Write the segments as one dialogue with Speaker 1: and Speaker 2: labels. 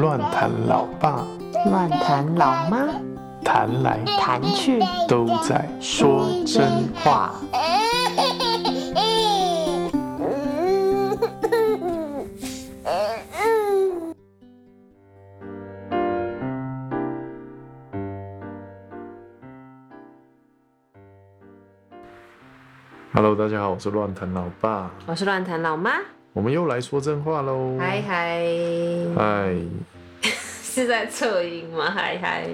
Speaker 1: 乱弹老爸
Speaker 2: 乱弹老妈
Speaker 1: 弹来
Speaker 2: 弹去
Speaker 1: 都在说真 话。Hello，大家好，我是乱弹老爸，
Speaker 2: 我是乱弹老妈，
Speaker 1: 我们又来说真话喽。
Speaker 2: 嗨嗨，
Speaker 1: 嗨，
Speaker 2: 是在测音吗？嗨 嗨，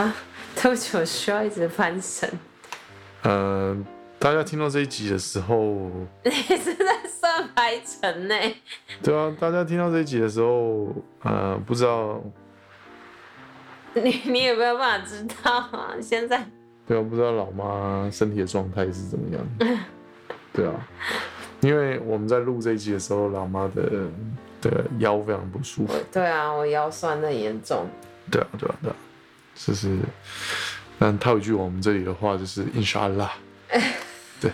Speaker 2: 啊，对不起，我需要一直翻身，
Speaker 1: 呃，大家听到这一集的时候，
Speaker 2: 你是在算排程呢？
Speaker 1: 对啊，大家听到这一集的时候，呃，不知道，
Speaker 2: 你你有没有办法知道啊？现在
Speaker 1: 对啊，不知道老妈身体的状态是怎么 样。对啊，因为我们在录这一集的时候，老妈的的腰非常不舒服。
Speaker 2: 对啊，我腰酸的严重，
Speaker 1: 对啊，对啊，对啊，就是，但套一句我们这里的话，就是 Inshallah，对，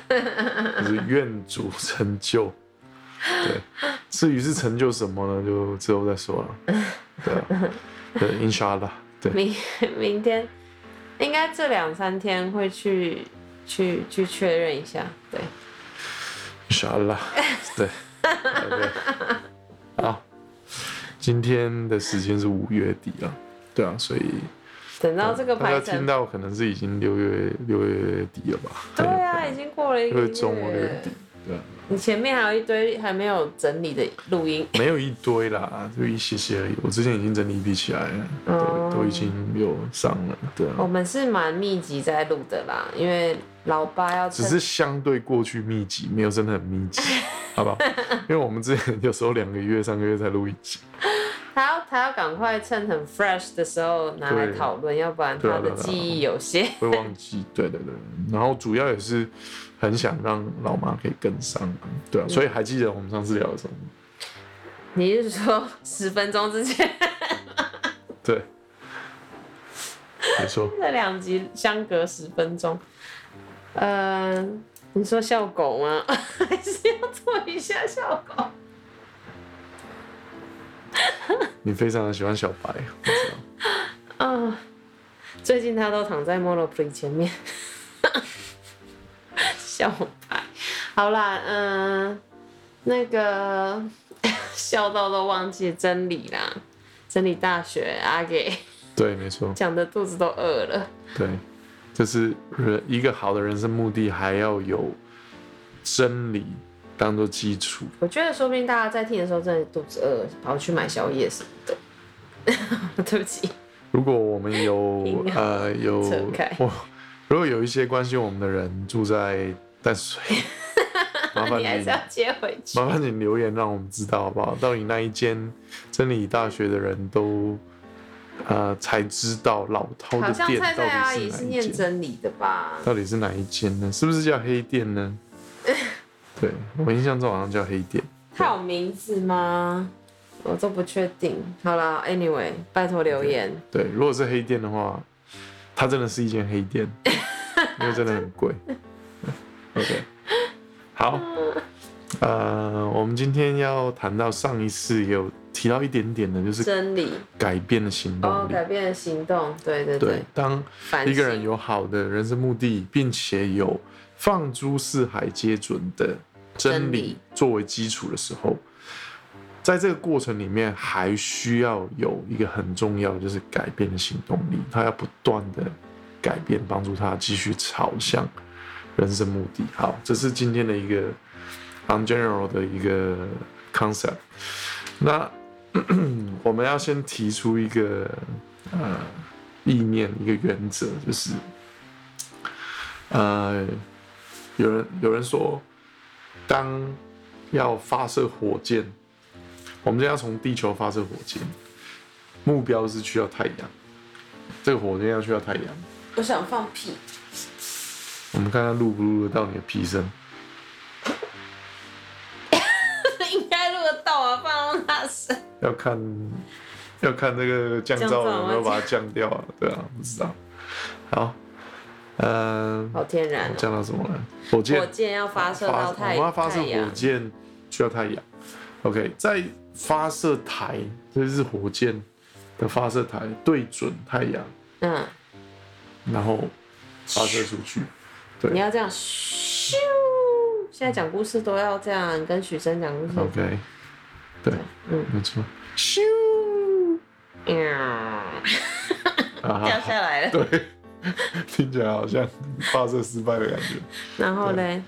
Speaker 1: 就是愿主成就。对，至于是成就什么呢？就之后再说了。对啊，对，Inshallah，对，
Speaker 2: 明明天应该这两三天会去去去确认一下，对，
Speaker 1: Inshallah，对，OK，好，今天的时间是五月底啊，对啊，所以
Speaker 2: 等到这个
Speaker 1: 大
Speaker 2: 排
Speaker 1: 家
Speaker 2: 程
Speaker 1: 听到可能是已经六月六月底了吧？
Speaker 2: 对
Speaker 1: 很有可
Speaker 2: 啊，
Speaker 1: 能
Speaker 2: 已经过了一个
Speaker 1: 六月中六月
Speaker 2: 月
Speaker 1: 底。，哦对啊，
Speaker 2: 你前面还有一堆还没有整理的录音，
Speaker 1: 没有一堆啦，就一些些而已。我之前已经整理一批起来了，
Speaker 2: 哦
Speaker 1: 对，都已经有上了，对
Speaker 2: 我
Speaker 1: 啊，
Speaker 2: 们是蛮密集在录的啦，因为老八要
Speaker 1: 只
Speaker 2: 趁
Speaker 1: 是相对过去密集，没有真的很密集，好不好？因为我们之前有时候两个月、三个月才录一集，
Speaker 2: 他要他要赶快趁很 fresh 的时候拿来
Speaker 1: 对
Speaker 2: 讨论，要不然
Speaker 1: 对啊
Speaker 2: 他的
Speaker 1: 对啊
Speaker 2: 记忆有些。
Speaker 1: 会忘记，对对对。然后主要也是很想让老妈可以跟上啊，对啊。所以还记得我们上次聊的什么吗？
Speaker 2: 你是说 十分钟之前
Speaker 1: 对，没错，
Speaker 2: 这两集相隔十分钟？呃，你说笑狗吗？ 还是要做一下笑狗？
Speaker 1: 你非常的喜欢小白，我知道。
Speaker 2: 啊，最近他都躺在 Monoprix 前面， 笑白。好啦，嗯、那个 笑到都忘记真理啦，真理大学阿给
Speaker 1: 对，没错，
Speaker 2: 讲的肚子都饿了。
Speaker 1: 对，就是人一个好的人生目的还要有真理当做基础。
Speaker 2: 我觉得说不定大家在听的时候真的肚子饿，跑去买宵夜什么的。 对不起，
Speaker 1: 如果我们 有呃有
Speaker 2: 扯开
Speaker 1: 我，如果有一些关心我们的人住在淡水， 麻烦
Speaker 2: 你还
Speaker 1: 你
Speaker 2: 是要接回去。
Speaker 1: 麻烦你留言让我们知道好不好？到底那一间真理大学的人都呃才知道老饕
Speaker 2: 好
Speaker 1: 的
Speaker 2: 像
Speaker 1: 店
Speaker 2: 蔡蔡
Speaker 1: 到
Speaker 2: 阿
Speaker 1: 底
Speaker 2: 姨
Speaker 1: 是
Speaker 2: 是
Speaker 1: 哪一
Speaker 2: 念
Speaker 1: 间？
Speaker 2: 真理的吧？
Speaker 1: 到底是哪一间呢？是不是叫黑店 呢？对我印象中好像叫黑店。
Speaker 2: 他有名字吗？我都不确定。好啦 a n y w a y 拜托留言。
Speaker 1: 对，如果是黑店的话，它真的是一间黑 店，因为真的很贵。OK，好，呃，我们今天要谈到上一次有提到一点点的，就是
Speaker 2: 真理
Speaker 1: 改变的行
Speaker 2: 哦
Speaker 1: 动，力。
Speaker 2: 改变行动，对对
Speaker 1: 对，当
Speaker 2: 反省
Speaker 1: 一个人有好的人生目的，并且有放诸四海皆准的真
Speaker 2: 真
Speaker 1: 理
Speaker 2: 理
Speaker 1: 作为基础的时候，在这个过程里面，还需要有一个很重要的就是改变的行动力，他要不断的改变，帮助他继续朝向人生目的。好，这是今天的一个 on general 的一个 concept。那 我们要先提出一个呃意念，一个原则，就是呃，有人有人说，当要发射火箭，我们今天要从地球发射火箭，目标是去到太阳，这个火箭要去到太阳。
Speaker 2: 我想放屁，
Speaker 1: 我们看看录不录得到你的屁声。
Speaker 2: 应该录得到啊，放到那声。
Speaker 1: 要看要看这个降噪
Speaker 2: 降噪
Speaker 1: 有没有
Speaker 2: 吗
Speaker 1: 把它降掉啊？对啊，不知道。好，呃，
Speaker 2: 好天然
Speaker 1: 我
Speaker 2: 哦、
Speaker 1: 讲到什么了？火箭
Speaker 2: 火箭要发射
Speaker 1: 发
Speaker 2: 到
Speaker 1: 我们
Speaker 2: 太
Speaker 1: 要发射
Speaker 2: 太
Speaker 1: 火
Speaker 2: 阳，
Speaker 1: 箭需要太阳。OK，在发射台，这是火箭的发射台，对准太阳，
Speaker 2: 嗯，
Speaker 1: 然后发射出去。
Speaker 2: 你要这样咻。现在讲故事都要这样，跟许生讲故事。
Speaker 1: OK，对，
Speaker 2: 嗯
Speaker 1: 没错。
Speaker 2: 咻，嗯
Speaker 1: 啊
Speaker 2: 掉下来了。
Speaker 1: 对， 听起来好像发射失败的感觉。
Speaker 2: 然后嘞，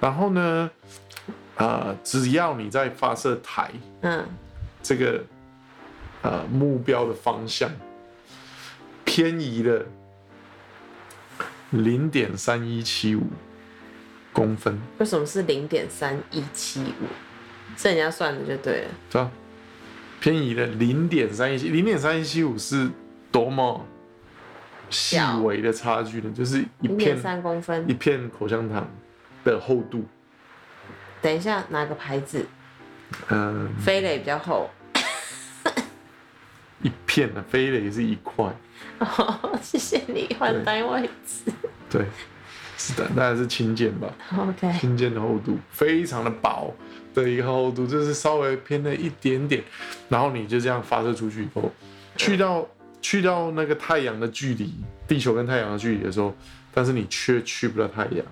Speaker 1: 然后呢，呃，只要你在发射台
Speaker 2: 嗯，
Speaker 1: 这个呃目标的方向偏移了零点三一七五公分，
Speaker 2: 为什么是零点三一七五？是人家算的就对了。
Speaker 1: 是吧？偏移了零点三一七，零点三一七五是多么细
Speaker 2: 小
Speaker 1: 微的差距呢？就是一
Speaker 2: 零
Speaker 1: 片
Speaker 2: 点三公
Speaker 1: 一
Speaker 2: 分。
Speaker 1: 片口香糖的厚度，
Speaker 2: 等一下，哪个牌子？
Speaker 1: 嗯、
Speaker 2: 飞磊比较厚。
Speaker 1: 一片的飞了也是一块，
Speaker 2: 哦，谢谢你换单位字。
Speaker 1: 对，是的，那是轻剑吧？
Speaker 2: OK，
Speaker 1: 轻剑的厚度非常的薄的一个厚度，就是稍微偏了一点点，然后你就这样发射出去以后，去到去到那个太阳的距离，地球跟太阳的距离的时候，但是你却去不到太阳，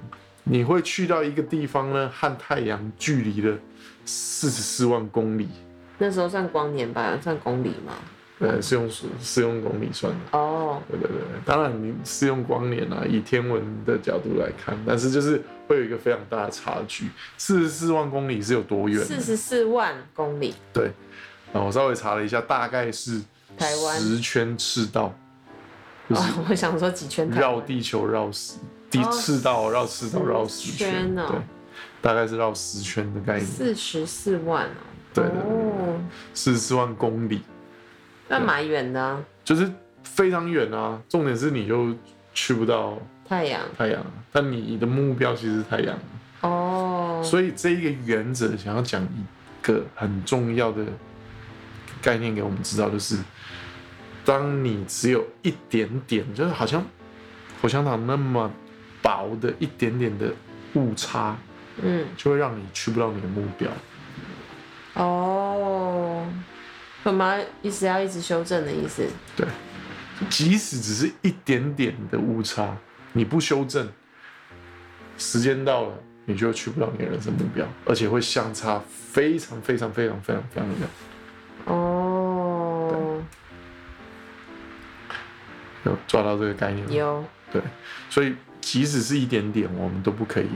Speaker 1: 你会去到一个地方呢，和太阳距离了四十四万公里，
Speaker 2: 那时候算光年吧，算公里吗？
Speaker 1: 呃，是用是用公里算的。
Speaker 2: 哦，
Speaker 1: 对对对，当然你是用光年啊，以天文的角度来看，但是就是会有一个非常大的差距。四十四万公里是有多远？啊
Speaker 2: 四十四万公里，
Speaker 1: 对，啊，我稍微查了一下，大概是
Speaker 2: 台湾
Speaker 1: 十圈赤道，就是
Speaker 2: 哦，我想说几圈台湾
Speaker 1: 绕地球绕十地
Speaker 2: 哦
Speaker 1: 赤道绕赤道绕
Speaker 2: 十
Speaker 1: 十圈，
Speaker 2: 圈哦
Speaker 1: 对，大概是绕十圈的概念，
Speaker 2: 四十四万哦，
Speaker 1: 对对对对
Speaker 2: 哦，
Speaker 1: 四十四万公里，
Speaker 2: 那蛮远的啊、
Speaker 1: 就是非常远啊。重点是你就去不到
Speaker 2: 太阳
Speaker 1: 太阳啊，但你的目标其实是太阳啊。
Speaker 2: 哦，
Speaker 1: 所以这一个原则想要讲一个很重要的概念给我们知道，就是当你只有一点点，就是好像口香糖那么薄的一点点的误差，
Speaker 2: 嗯
Speaker 1: 就会让你去不到你的目标。
Speaker 2: 哦，干嘛一直要一直修正的意思？
Speaker 1: 对，即使只是一点点的误差，你不修正，时间到了，你就去不到你的人生目标，而且会相差非常非常非常非常非常远。
Speaker 2: 哦，
Speaker 1: 有抓到这个概念吗？
Speaker 2: 有
Speaker 1: 对，所以即使是一点点，我们都不可以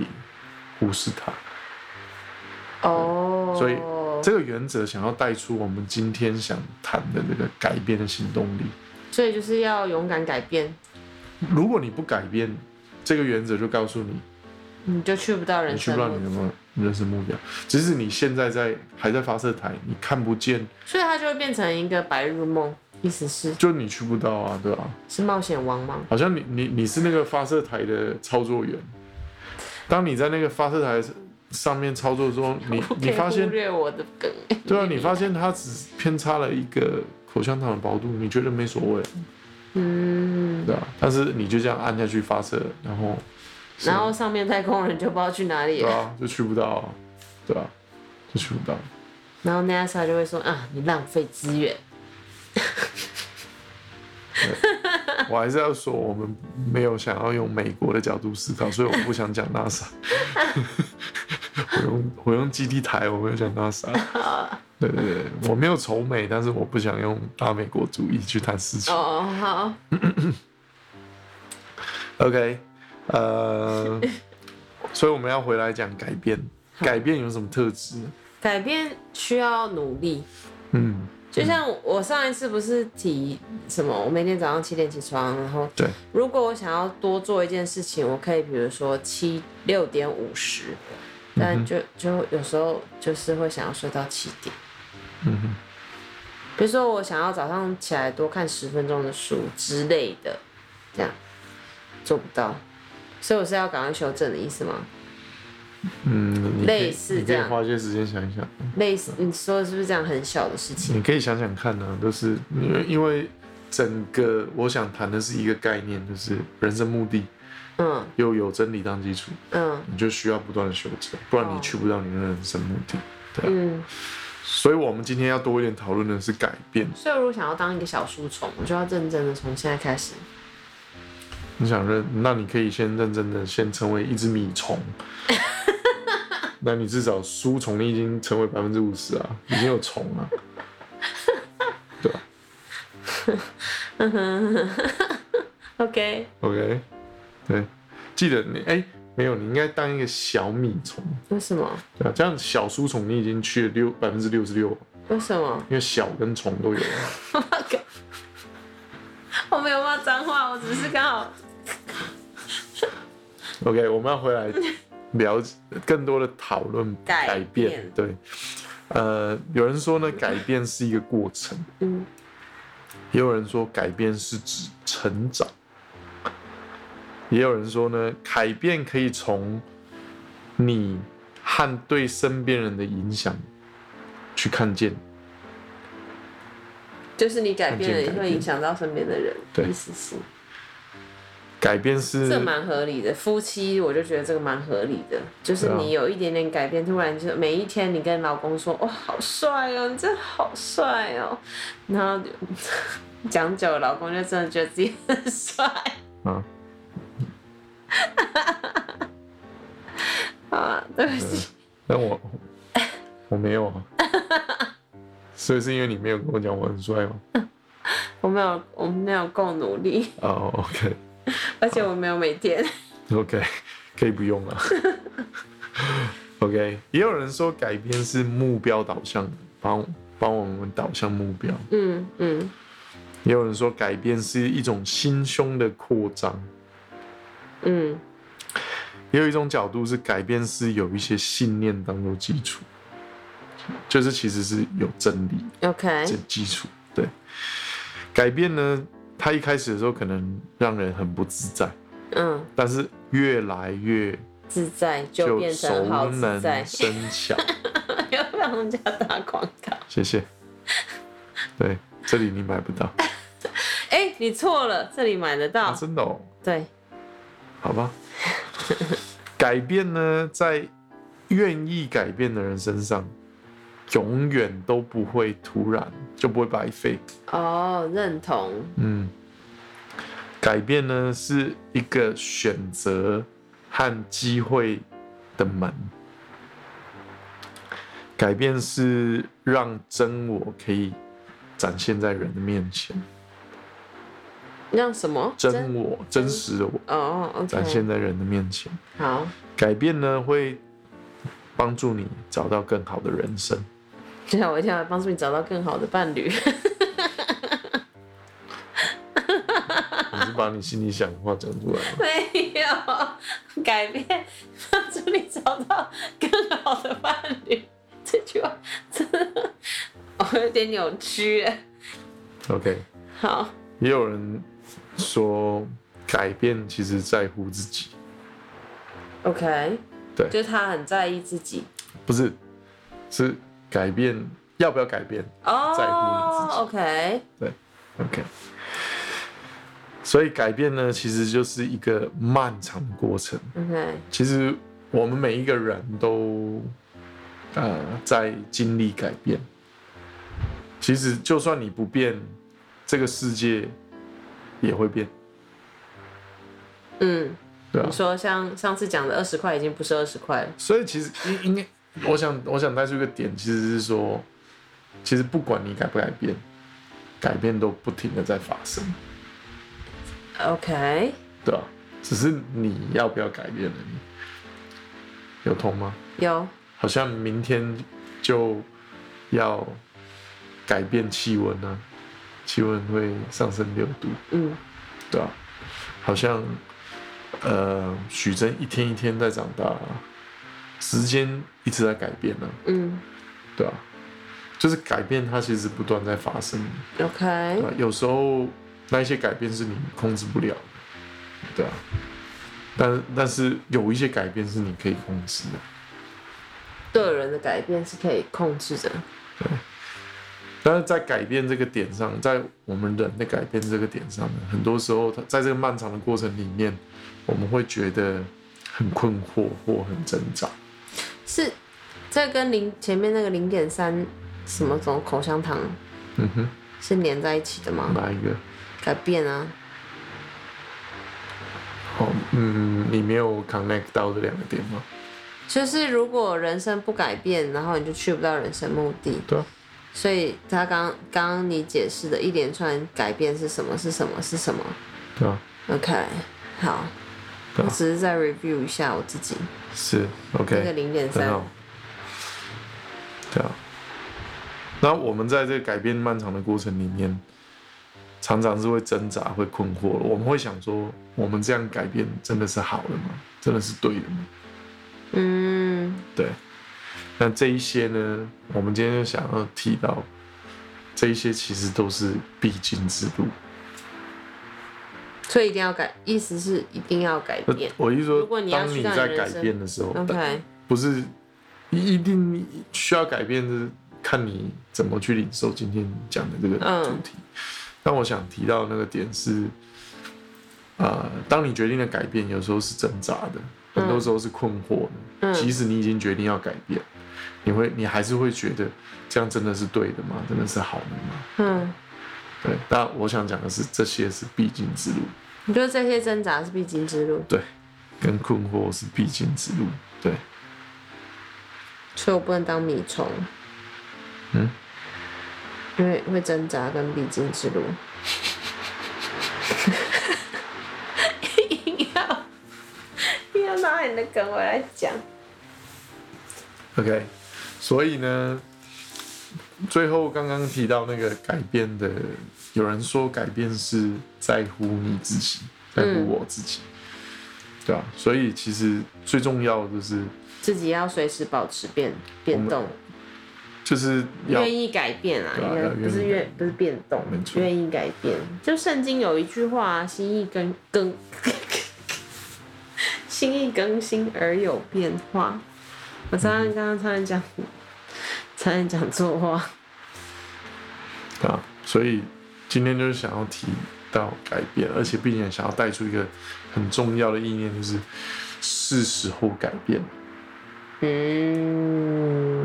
Speaker 1: 忽视它。
Speaker 2: 哦，
Speaker 1: 所以这个原则想要带出我们今天想谈的这个改变的行动力。
Speaker 2: 所以就是要勇敢改变，
Speaker 1: 如果你不改变这个原则，就告诉你，
Speaker 2: 你就去不到
Speaker 1: 你
Speaker 2: 人
Speaker 1: 去
Speaker 2: 生
Speaker 1: 不到你
Speaker 2: 路
Speaker 1: 的目人生目标。即使你现在在还在发射台，你看不见，
Speaker 2: 所以它就会变成一个白日梦，意思是
Speaker 1: 就你去不到啊，对吧、
Speaker 2: 是冒险王吗？
Speaker 1: 好像你你你是那个发射台的操作员，当你在那个发射台上面操作中， 你
Speaker 2: 不可
Speaker 1: 你
Speaker 2: 以
Speaker 1: 发现
Speaker 2: 忽略我的梗，
Speaker 1: 对啊，你发现它只是偏差了一个口香糖的薄度，你觉得没所谓，
Speaker 2: 嗯，
Speaker 1: 对啊。但是你就这样按下去发射，然后
Speaker 2: 然后上面太空人就不知道去哪里
Speaker 1: 对
Speaker 2: 了，
Speaker 1: 啊，就去不到啊，对啊，就去不到。
Speaker 2: 然后 NASA 就会说啊，你浪费资源，
Speaker 1: 我还是要说，我们没有想要用美国的角度思考，所以我不想讲 NASA。我用我用基地台，我没有讲 NASA。对对对，我没有仇美，但是我不想用大美国主义去谈事情。
Speaker 2: 哦，好，
Speaker 1: OK，呃， 所以我们要回来讲改变，改变有什么特质？
Speaker 2: 改变需要努力，
Speaker 1: 嗯，
Speaker 2: 就像我上一次不是提什么，我每天早上七点起床，然后
Speaker 1: 对，
Speaker 2: 如果我想要多做一件事情，我可以比如说七六点五十，但就就有时候就是会想要睡到七点。
Speaker 1: 嗯哼，
Speaker 2: 比如说我想要早上起来多看十分钟的书之类的，这样做不到，所以我是要赶快修正的意思吗？
Speaker 1: 嗯，你可以
Speaker 2: 类似
Speaker 1: 你可
Speaker 2: 这
Speaker 1: 以
Speaker 2: 样
Speaker 1: 花一些时间想一想，
Speaker 2: 类似你说的是不是这样很小的事情？
Speaker 1: 你可以想想看呢、都是因为因为整个我想谈的是一个概念，就是人生目的，
Speaker 2: 嗯
Speaker 1: 又有真理当基础，
Speaker 2: 嗯
Speaker 1: 你就需要不断的修正，不然
Speaker 2: 哦
Speaker 1: 你去不到你的人生目的。对啊、
Speaker 2: 嗯，
Speaker 1: 所以我们今天要多一点讨论的是改变。
Speaker 2: 所以我如果想要当一个小书虫，我就要认真的从现在开始。
Speaker 1: 你想认，那你可以先认真的先成为一只米虫。那你至少书虫你已经成为百分之五十啊，已经有虫了，对啊吧
Speaker 2: OK，
Speaker 1: ？OK，对，记得你哎、没有，你应该当一个小米虫，
Speaker 2: 为什么？
Speaker 1: 对啊，这样小书虫你已经去了六百分之六十六，
Speaker 2: 为什么？
Speaker 1: 因为小跟虫都有了。
Speaker 2: 我没有骂脏话，我只是刚好
Speaker 1: OK，我们要回来 聊更多的讨论
Speaker 2: 改
Speaker 1: 改变
Speaker 2: 变，
Speaker 1: 对，呃，有人说呢，改变是一个过程。
Speaker 2: 嗯
Speaker 1: 也有人说改变是指成长，也有人说呢，改变可以从你和对身边人的影响去看见。
Speaker 2: 就是你改变了，
Speaker 1: 看见
Speaker 2: 也
Speaker 1: 改
Speaker 2: 会
Speaker 1: 变
Speaker 2: 影响到身边的人。
Speaker 1: 对
Speaker 2: 意思是
Speaker 1: 改变是
Speaker 2: 这蛮合理的。夫妻，我就觉得这个蛮合理的，就是
Speaker 1: 对啊
Speaker 2: 你有一点点改变，突然就每一天你跟老公说：“哇，好帅哦，你真的好帅哦。”然后就 讲久了，老公就真的觉得自己很帅。
Speaker 1: 啊，
Speaker 2: 好啊，对不起，
Speaker 1: 但我我没有 啊，所以是因为你没有跟我讲我很帅吗？
Speaker 2: 我没有，我没有够努力，
Speaker 1: 哦、o k
Speaker 2: 而且我没有每天。
Speaker 1: OK，可以不用了。OK，也有人说改变是目标导向的，帮帮我们导向目标。
Speaker 2: 嗯嗯
Speaker 1: 也有人说，改变是一种心胸的扩张；
Speaker 2: 嗯
Speaker 1: 也有一种角度是，改变是有一些信念当做基础，就是其实是有真理
Speaker 2: ，OK，
Speaker 1: 这基础。对，改变呢，它一开始的时候可能让人很不自在，
Speaker 2: 嗯，
Speaker 1: 但是越来越
Speaker 2: 自在就
Speaker 1: 就
Speaker 2: 变
Speaker 1: 熟
Speaker 2: 成好自在
Speaker 1: 能。生巧。
Speaker 2: 要让人家打广告。
Speaker 1: 谢谢。 对，这里你买不到，
Speaker 2: 哎、你错了，这里买得到。
Speaker 1: 啊、真的哦。
Speaker 2: 对，
Speaker 1: 好吧。 改变呢，在愿意改变的人身上，永远都不会突然，就不会白费。
Speaker 2: 哦，认同。
Speaker 1: 嗯，改变呢是一个选择和机会的门。改变是让真我可以展现在人的面前，
Speaker 2: 让什么？
Speaker 1: 真我真实的我
Speaker 2: 哦，OK。
Speaker 1: 展现在人的面前。
Speaker 2: 好，
Speaker 1: 改变呢，会帮助你找到更好的人生。
Speaker 2: 这样我一定要帮助你找到更好的伴侣。，
Speaker 1: 你是把你心里想的话讲出来了
Speaker 2: 没有改变，帮助你找到更好的伴侣。这句话真的， 我有点扭曲了。
Speaker 1: OK，
Speaker 2: 好，
Speaker 1: 也有人说，改变其实在乎自己，
Speaker 2: OK，
Speaker 1: 对
Speaker 2: 就是他很在意自己
Speaker 1: 不是，是改变要不要改变。
Speaker 2: 哦，
Speaker 1: 在乎你自己
Speaker 2: OK，
Speaker 1: OK，所以改变呢，其实就是一个漫长的过程。
Speaker 2: OK，
Speaker 1: 其实我们每一个人都呃在经历改变。其实就算你不变，这个世界也会变，
Speaker 2: 嗯，
Speaker 1: 对啊
Speaker 2: 你。说像上次讲的二十块已经不是二十块了，
Speaker 1: 所以其实应应该，我想我想带出一个点，其实是说，其实不管你改不改变，改变都不停的在发生，
Speaker 2: OK，
Speaker 1: 对啊。只是你要不要改变而已。有通吗？
Speaker 2: 有，
Speaker 1: 好像明天就要改变气温啊，气温会上升六度，
Speaker 2: 嗯，
Speaker 1: 对吧、好像呃，许真一天一天在长大、啊，时间一直在改变呢、啊，
Speaker 2: 嗯
Speaker 1: 对吧、就是改变它其实不断在发生，对
Speaker 2: ，OK，
Speaker 1: 吧、有时候那一些改变是你控制不了的，对啊。但但是有一些改变是你可以控制的，
Speaker 2: 个人的改变是可以控制的。
Speaker 1: 但是在改变这个点上，在我们人的改变这个点上呢，很多时候他在这个漫长的过程里面，我们会觉得很困惑或很挣扎。
Speaker 2: 是这跟零前面那个零点三什么种口香糖
Speaker 1: 嗯哼，
Speaker 2: 是连在一起的吗？
Speaker 1: 哪一个？
Speaker 2: 改变啊，
Speaker 1: 哦，嗯，你没有 connect 到这两个点吗？
Speaker 2: 就是如果人生不改变，然后你就去不到人生目的。
Speaker 1: 对啊，
Speaker 2: 所以他刚刚刚你解释的一连串改变是什么？是什么？是什么
Speaker 1: 对啊，
Speaker 2: ？OK，好，
Speaker 1: 对
Speaker 2: 我
Speaker 1: 啊
Speaker 2: 只是再 review 一下我自己
Speaker 1: 是
Speaker 2: 那个
Speaker 1: OK，
Speaker 2: 零点
Speaker 1: 很
Speaker 2: 三
Speaker 1: 好。。对啊，那我们在这个改变漫长的过程里面，常常是会挣扎、会困惑的。我们会想说，我们这样改变真的是好的吗？真的是对的吗？
Speaker 2: 嗯，
Speaker 1: 对。那这一些呢，我们今天就想要提到，这一些其实都是必经之路。
Speaker 2: 所以一定要改，意思是一定要改
Speaker 1: 那
Speaker 2: 变。
Speaker 1: 我一说
Speaker 2: 如果，你要
Speaker 1: 当
Speaker 2: 去
Speaker 1: 你
Speaker 2: 到你
Speaker 1: 在
Speaker 2: 人
Speaker 1: 改
Speaker 2: 生
Speaker 1: 变的时候，
Speaker 2: OK，
Speaker 1: 不是一一定需要改变，是看你怎么去领受今天讲的这个
Speaker 2: 嗯
Speaker 1: 主题。但我想提到那个点是，呃，当你决定了改变，有时候是挣扎的，很多时候是困惑的。
Speaker 2: 嗯
Speaker 1: 即使你已经决定要改变，你会你还是会觉得这样真的是对的吗？真的是好的吗？
Speaker 2: 嗯，
Speaker 1: 对。但我想讲的是，这些是必经之路，
Speaker 2: 你觉得这些挣扎是必经之路，
Speaker 1: 对，跟困惑是必经之路，对。
Speaker 2: 所以我不能当米虫。
Speaker 1: 嗯，
Speaker 2: 因为会挣扎跟必经之路。 硬要硬要拿你的梗回来讲，
Speaker 1: OK，所以呢，最后刚刚提到那个改变的，有人说改变是在乎你自己，在乎
Speaker 2: 嗯
Speaker 1: 我自己，对啊，所以其实最重要的就是
Speaker 2: 自己要随时保持变变动，
Speaker 1: 就是要
Speaker 2: 愿意改变啊，
Speaker 1: 对啊
Speaker 2: 应该
Speaker 1: 要愿意
Speaker 2: 不是愿不是变动
Speaker 1: 没，错
Speaker 2: 愿意改变。就圣经有一句话、啊：心意更更。 心意更新而有变化，我常常刚刚差点讲，差点讲错话。
Speaker 1: 对啊，所以今天就是想要提到改变，而且并且想要带出一个很重要的意念，就是是时候改变了。
Speaker 2: 嗯，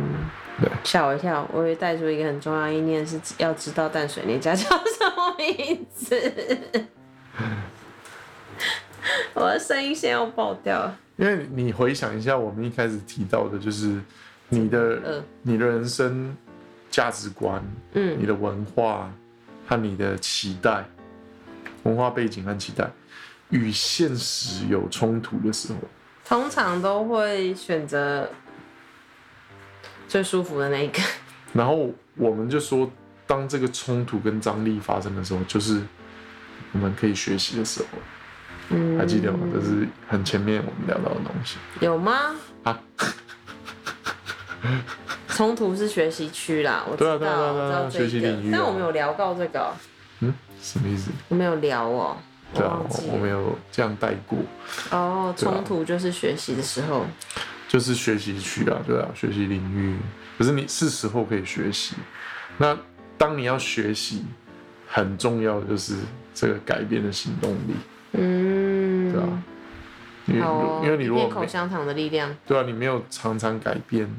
Speaker 1: 对
Speaker 2: 吓我一跳，我以为带出一个很重要的意念是要知道淡水那家叫什么名字。 我的声音先要爆掉了。
Speaker 1: 因为你回想一下，我们一开始提到的，就是你
Speaker 2: 嗯
Speaker 1: 的你的人生价值观、
Speaker 2: 嗯
Speaker 1: 你的文化和你的期待、文化背景和期待与现实有冲突的时候，
Speaker 2: 通常都会选择最舒服的那一个。
Speaker 1: 然后我们就说，当这个冲突跟张力发生的时候，就是我们可以学习的时候，
Speaker 2: 嗯
Speaker 1: 还记得吗？这是很前面我们聊到的东西
Speaker 2: 有吗？
Speaker 1: 啊。
Speaker 2: 冲突是学习区啦，我知
Speaker 1: 对啊
Speaker 2: 道，
Speaker 1: 对啊对啊
Speaker 2: 我知
Speaker 1: 对啊
Speaker 2: 道这
Speaker 1: 学习
Speaker 2: 一个
Speaker 1: 领域。啊
Speaker 2: 但我没有聊到这个哦，
Speaker 1: 嗯，什么意思？
Speaker 2: 我没有聊哦，我
Speaker 1: 对啊
Speaker 2: 忘，记
Speaker 1: 我我没
Speaker 2: 了。
Speaker 1: 有这样带过。
Speaker 2: 哦，
Speaker 1: 对啊
Speaker 2: 冲突就是学习的时候。
Speaker 1: 就是学习区啊，对啊，学习领域。可是你是时候可以学习。那当你要学习，很重要的就是这个改变的行动力，
Speaker 2: 嗯，
Speaker 1: 对啊。因为、
Speaker 2: 好哦、
Speaker 1: 因为你如
Speaker 2: 一片
Speaker 1: 果
Speaker 2: 口
Speaker 1: 没
Speaker 2: 香糖的力量，
Speaker 1: 对啊，你没有常常改变，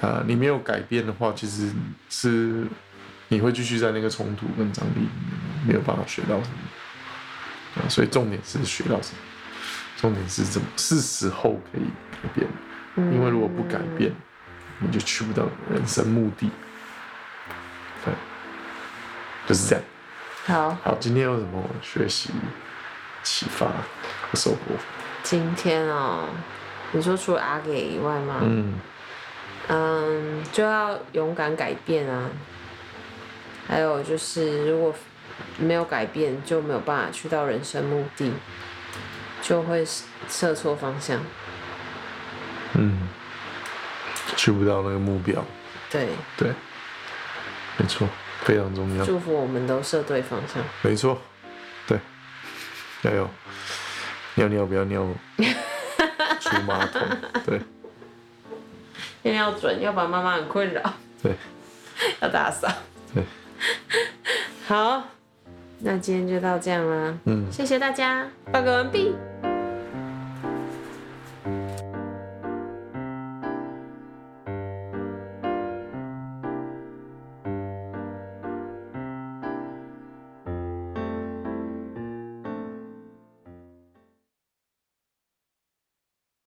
Speaker 1: 呃，你没有改变的话，其实是你会继续在那个冲突跟张力里面，没有办法学到什么。对啊，所以重点是学到什么，重点是怎么是时候可以改变。因为如果不改变，你就去不到人生目的。对，就是这样。
Speaker 2: 好，
Speaker 1: 好，今天有什么学习启发和收获？
Speaker 2: 今天哦，你说除了阿给以外吗？
Speaker 1: 嗯，
Speaker 2: 嗯，就要勇敢改变啊。还有就是，如果没有改变，就没有办法去到人生目的，就会射错方向。
Speaker 1: 嗯，去不到那个目标，
Speaker 2: 对，
Speaker 1: 对，没错，非常重要，
Speaker 2: 祝福我们都射对方向。
Speaker 1: 没错，对，加油！尿尿不要尿出马桶，对
Speaker 2: 一定要准，要不然妈妈很困扰，
Speaker 1: 对
Speaker 2: 要打扫。
Speaker 1: 对
Speaker 2: 好，那今天就到这样啦，
Speaker 1: 嗯。
Speaker 2: 谢谢大家，报告完毕，